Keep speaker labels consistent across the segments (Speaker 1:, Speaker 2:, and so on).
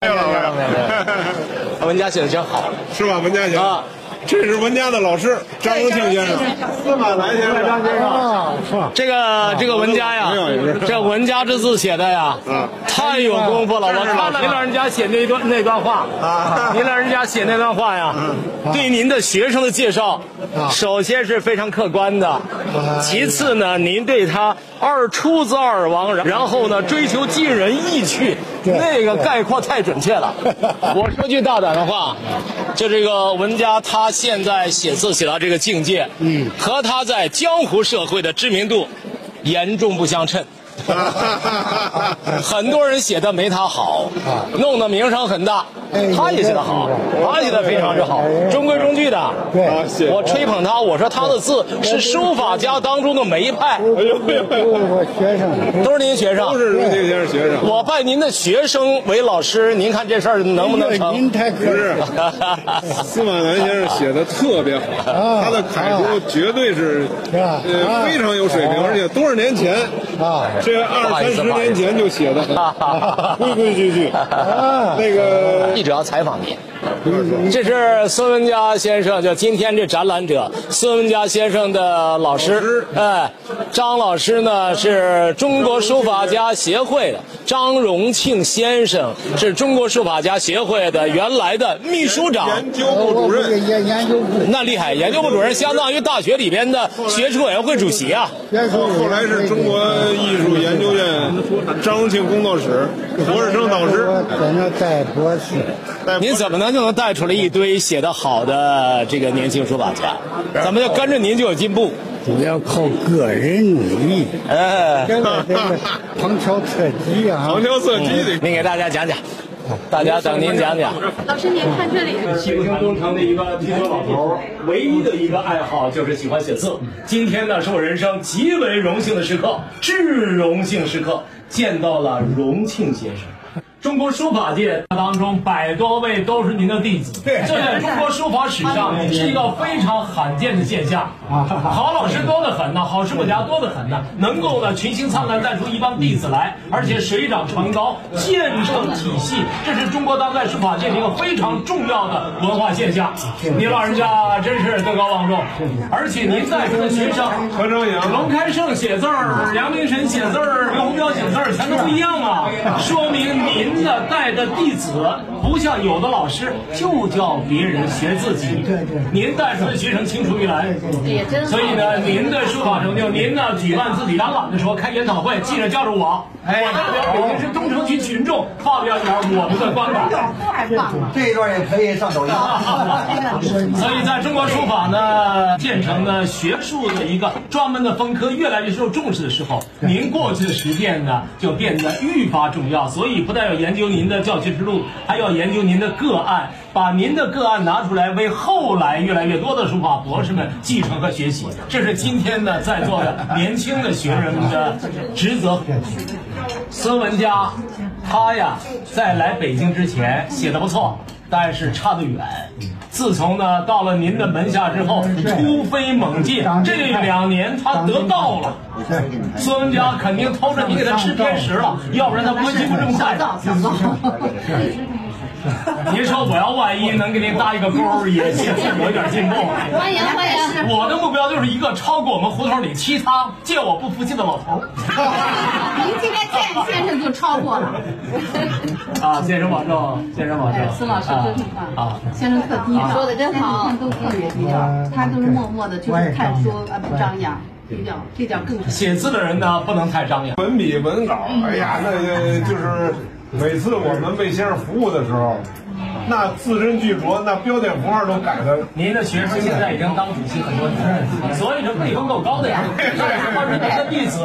Speaker 1: 没有了，没有了，
Speaker 2: 文家写的真好
Speaker 1: 是吧？文家行，
Speaker 2: 啊！
Speaker 1: 这是文家的老师张如庆先生，司马南先生，张先生，
Speaker 2: 这个这个文家呀
Speaker 1: 啊没有也是，
Speaker 2: 这文家这字写的呀
Speaker 1: 嗯，
Speaker 2: 太有功夫了。我看了您老人家写那段那段话
Speaker 1: 啊
Speaker 2: 您老人家写那段话呀，对您的学生的介绍，首先是非常客观的，其次呢，您对他二出自二王，然后呢追求尽人意趣，那个概括太准确 了。我说句大胆的话，就这个文家他现在写字写到这个境界，嗯，和他在江湖社会的知名度严重不相称。 很多人写的没他好，弄得名声很大。他也写的好，他写的非常之好，中规中矩的。
Speaker 3: 对
Speaker 1: 啊，谢谢
Speaker 2: 我吹捧他，我说他的字是书法家当中的梅派，
Speaker 1: 哎呦哎 呦哎呦，
Speaker 3: 我学生
Speaker 2: 都是您学
Speaker 1: 都
Speaker 2: 生。
Speaker 1: 是文庆先生学生，
Speaker 2: 我拜您的学生为老师，您看这事儿能不能成？
Speaker 3: 您太客
Speaker 1: 不
Speaker 3: 气
Speaker 1: 是
Speaker 3: 了。
Speaker 1: 司马南先生写的特别好，
Speaker 3: 啊
Speaker 1: 他的楷书绝对是
Speaker 3: 是吧
Speaker 1: 呃
Speaker 3: 啊
Speaker 1: 非常有水平，
Speaker 3: 啊
Speaker 1: 而且多少年前，
Speaker 3: 啊
Speaker 1: 这二
Speaker 2: 不好
Speaker 1: 三
Speaker 2: 意思
Speaker 1: 十年前就写的很好，规规矩矩。
Speaker 3: 啊，
Speaker 1: 那个
Speaker 2: 记者要采访你。这是孙文佳先生，就今天这展览者，孙文佳先生的老师，哎，张老师呢是中国书法家协会的张荣庆先生，是中国书法家协会的原来的秘书长。
Speaker 1: 研究部主任，
Speaker 3: 研研究部
Speaker 2: 那厉害，研究部主任相当于大学里边的学术委员会主席啊！
Speaker 3: 学术，
Speaker 1: 后来是中国艺术研究院张荣庆工作室博士生导师，
Speaker 3: 我在那带博士，
Speaker 1: 在
Speaker 2: 您怎么能就能带出来一堆写得好的这个年轻书法家？咱们就跟着您就有进步。
Speaker 3: 主要靠个人努力，
Speaker 2: 哎，
Speaker 3: 真的真的旁敲侧击啊！
Speaker 1: 旁敲侧击的
Speaker 2: 您给大家讲讲，大家等您讲讲。
Speaker 4: 老师，您看这里，
Speaker 2: 北京东城的一个踢球老头儿，唯一的一个爱好就是喜欢写字。今天呢，是我人生极为荣幸的时刻，至荣幸时刻，见到了荣庆先生。中国书法界当中百多位都是您的弟子，对，这在中国书法史 上是一个非常罕见的现象。好老师多得很呐、好书法家多得很呐、能够呢群星灿烂带出一帮弟子来，而且水涨船高，建成体系，这是中国当代书法界的一个非常重要的文化现象。您老人家真是德高望重，而且您带出的学生
Speaker 1: 何正阳。
Speaker 2: 龙开胜写字儿，梁明神写字儿，刘洪标写字儿，全都不一样啊！说明您的带的弟子不像有的老师就叫别人学自己，您带出的学生青出于蓝。
Speaker 4: 也真好
Speaker 2: 所以呢，您的书法成就，您呢举办自己展览的时候开研讨会，记者叫住我，我代表北京市东城区群众发表点我们的观点。
Speaker 4: 太棒了！
Speaker 5: 这一段也可以上抖音。
Speaker 2: 所以，在中国书法呢，建成了学术的一个专门的分科，越来越受重视的时候，您过去的实践呢，就变得愈发重要。所以，不但要研究您的教学之路，还要研究您的个案，把您的个案拿出来，为后来越来越多的书法博士们继承和学习。这是今天呢，在座的年轻的学人们的职责。孙文佳，他呀，在来北京之前写的不错，但是差得远。自从呢到了您的门下之后，突飞猛进，这两年他得道了。孙文佳肯定偷着你给他吃偏食了，要不然他不会进步这么快。
Speaker 4: 小赵，
Speaker 2: 您说我要万一能给您搭一个钩儿，也显示我有点进步。
Speaker 4: 欢迎欢迎！
Speaker 2: 我的目标就是一个超过我们胡同里其他借我不服气的老头儿。
Speaker 4: 您今天见先生就超过了，
Speaker 2: 啊，先生保重，先生保重。
Speaker 4: 孙老师真是棒
Speaker 2: 啊。嗯
Speaker 4: 先生特低调，
Speaker 6: 说得真好
Speaker 4: 先生都特别低调，他都是默默的，就是看书啊，不张扬，这叫这叫更好。
Speaker 2: 写字的人呢，不能太张扬。
Speaker 1: 文笔文稿，哎呀，那个就是每次我们为先生服务的时候，那字斟句酌，那标点符号都改的。
Speaker 2: 您的学生现在已经当主席很多年了，所以这辈分够高的呀。他是您的弟子，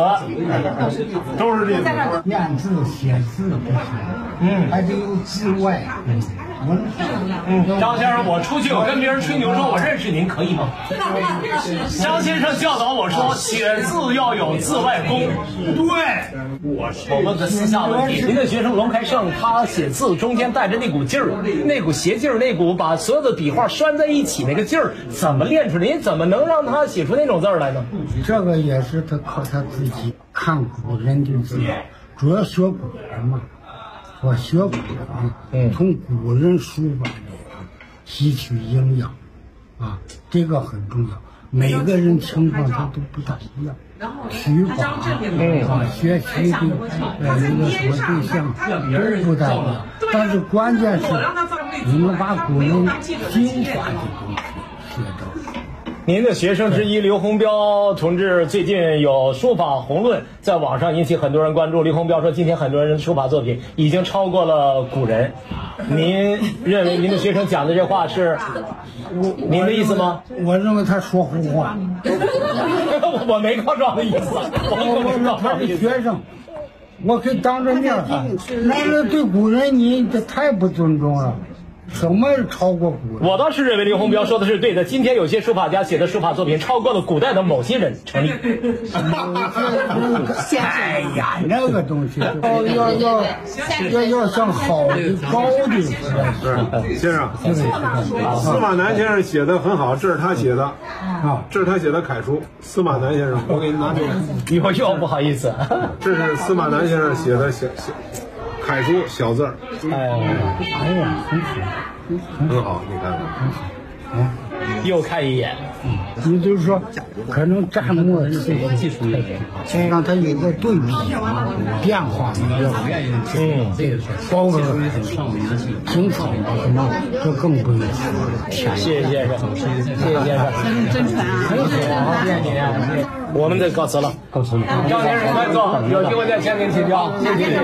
Speaker 1: 都是这个。
Speaker 3: 练字写字不行，
Speaker 2: 嗯
Speaker 3: 还得有字外文字。
Speaker 2: 嗯。张先生，我出去我跟别人吹牛说我认识您，可以吗？张先生教导我说，写字要有字外功。对，我是。我问个私下问题，您的学生龙开胜，他写字中间带着那股劲儿，那股邪劲儿，那股把所有的笔画拴在一起那个劲儿，怎么练出来？您怎么能让他写出那种字儿来呢？
Speaker 3: 这个也是嗯他靠他自己看古人的资料，主要学古人嘛。我学古啊，从古人书本里啊吸取营养，啊，这个很重要。每个人情况他都不大一样，取法啊，学习的呃一个什么对象都不大一样，但是关键是你们把古人精华的东西学到了。
Speaker 2: 您的学生之一刘洪标同志最近有书法宏论在网上引起很多人关注。刘洪标说，今天很多人的书法作品已经超过了古 人。您认为您的学生讲的这话是您的意思吗？
Speaker 3: 我认为他说胡话。
Speaker 2: 我我没告状的意思，我
Speaker 3: 我
Speaker 2: 没告
Speaker 3: 老
Speaker 2: 状的意思。
Speaker 3: 学生，我可以当着面喊，那是对古人你这太不尊重了，什么超过古人？
Speaker 2: 我倒是认为刘洪标说的是对的。今天有些书法家写的书法作品超过了古代的某些人，成立。
Speaker 7: 先
Speaker 3: 哎
Speaker 7: 生，
Speaker 3: 呀，那个东西要要要要要向好的高的时代
Speaker 1: 是先生，司马南先生写的很好，这是他写的，
Speaker 3: 啊，
Speaker 1: 这是他写的楷书。司马南先生，我给你拿这个，
Speaker 2: 哟哟，不好意思。
Speaker 1: 这是司马南先生写的小小楷书小字儿，
Speaker 2: 哎，
Speaker 3: 哎呀，很好。
Speaker 1: 很好，你看看。
Speaker 2: 又看一眼。
Speaker 3: 你就是说，可能战墨这些技术先让它有个对比变化嘛，要
Speaker 2: 嗯，
Speaker 3: 高个儿平草的什么，这更不用说了。
Speaker 2: 嗯谢谢先生，谢谢先生。
Speaker 7: 真传啊，
Speaker 2: 谢谢您啊！我们得告辞了，告辞了。赵先生，慢走，有机会再向您请教。谢谢。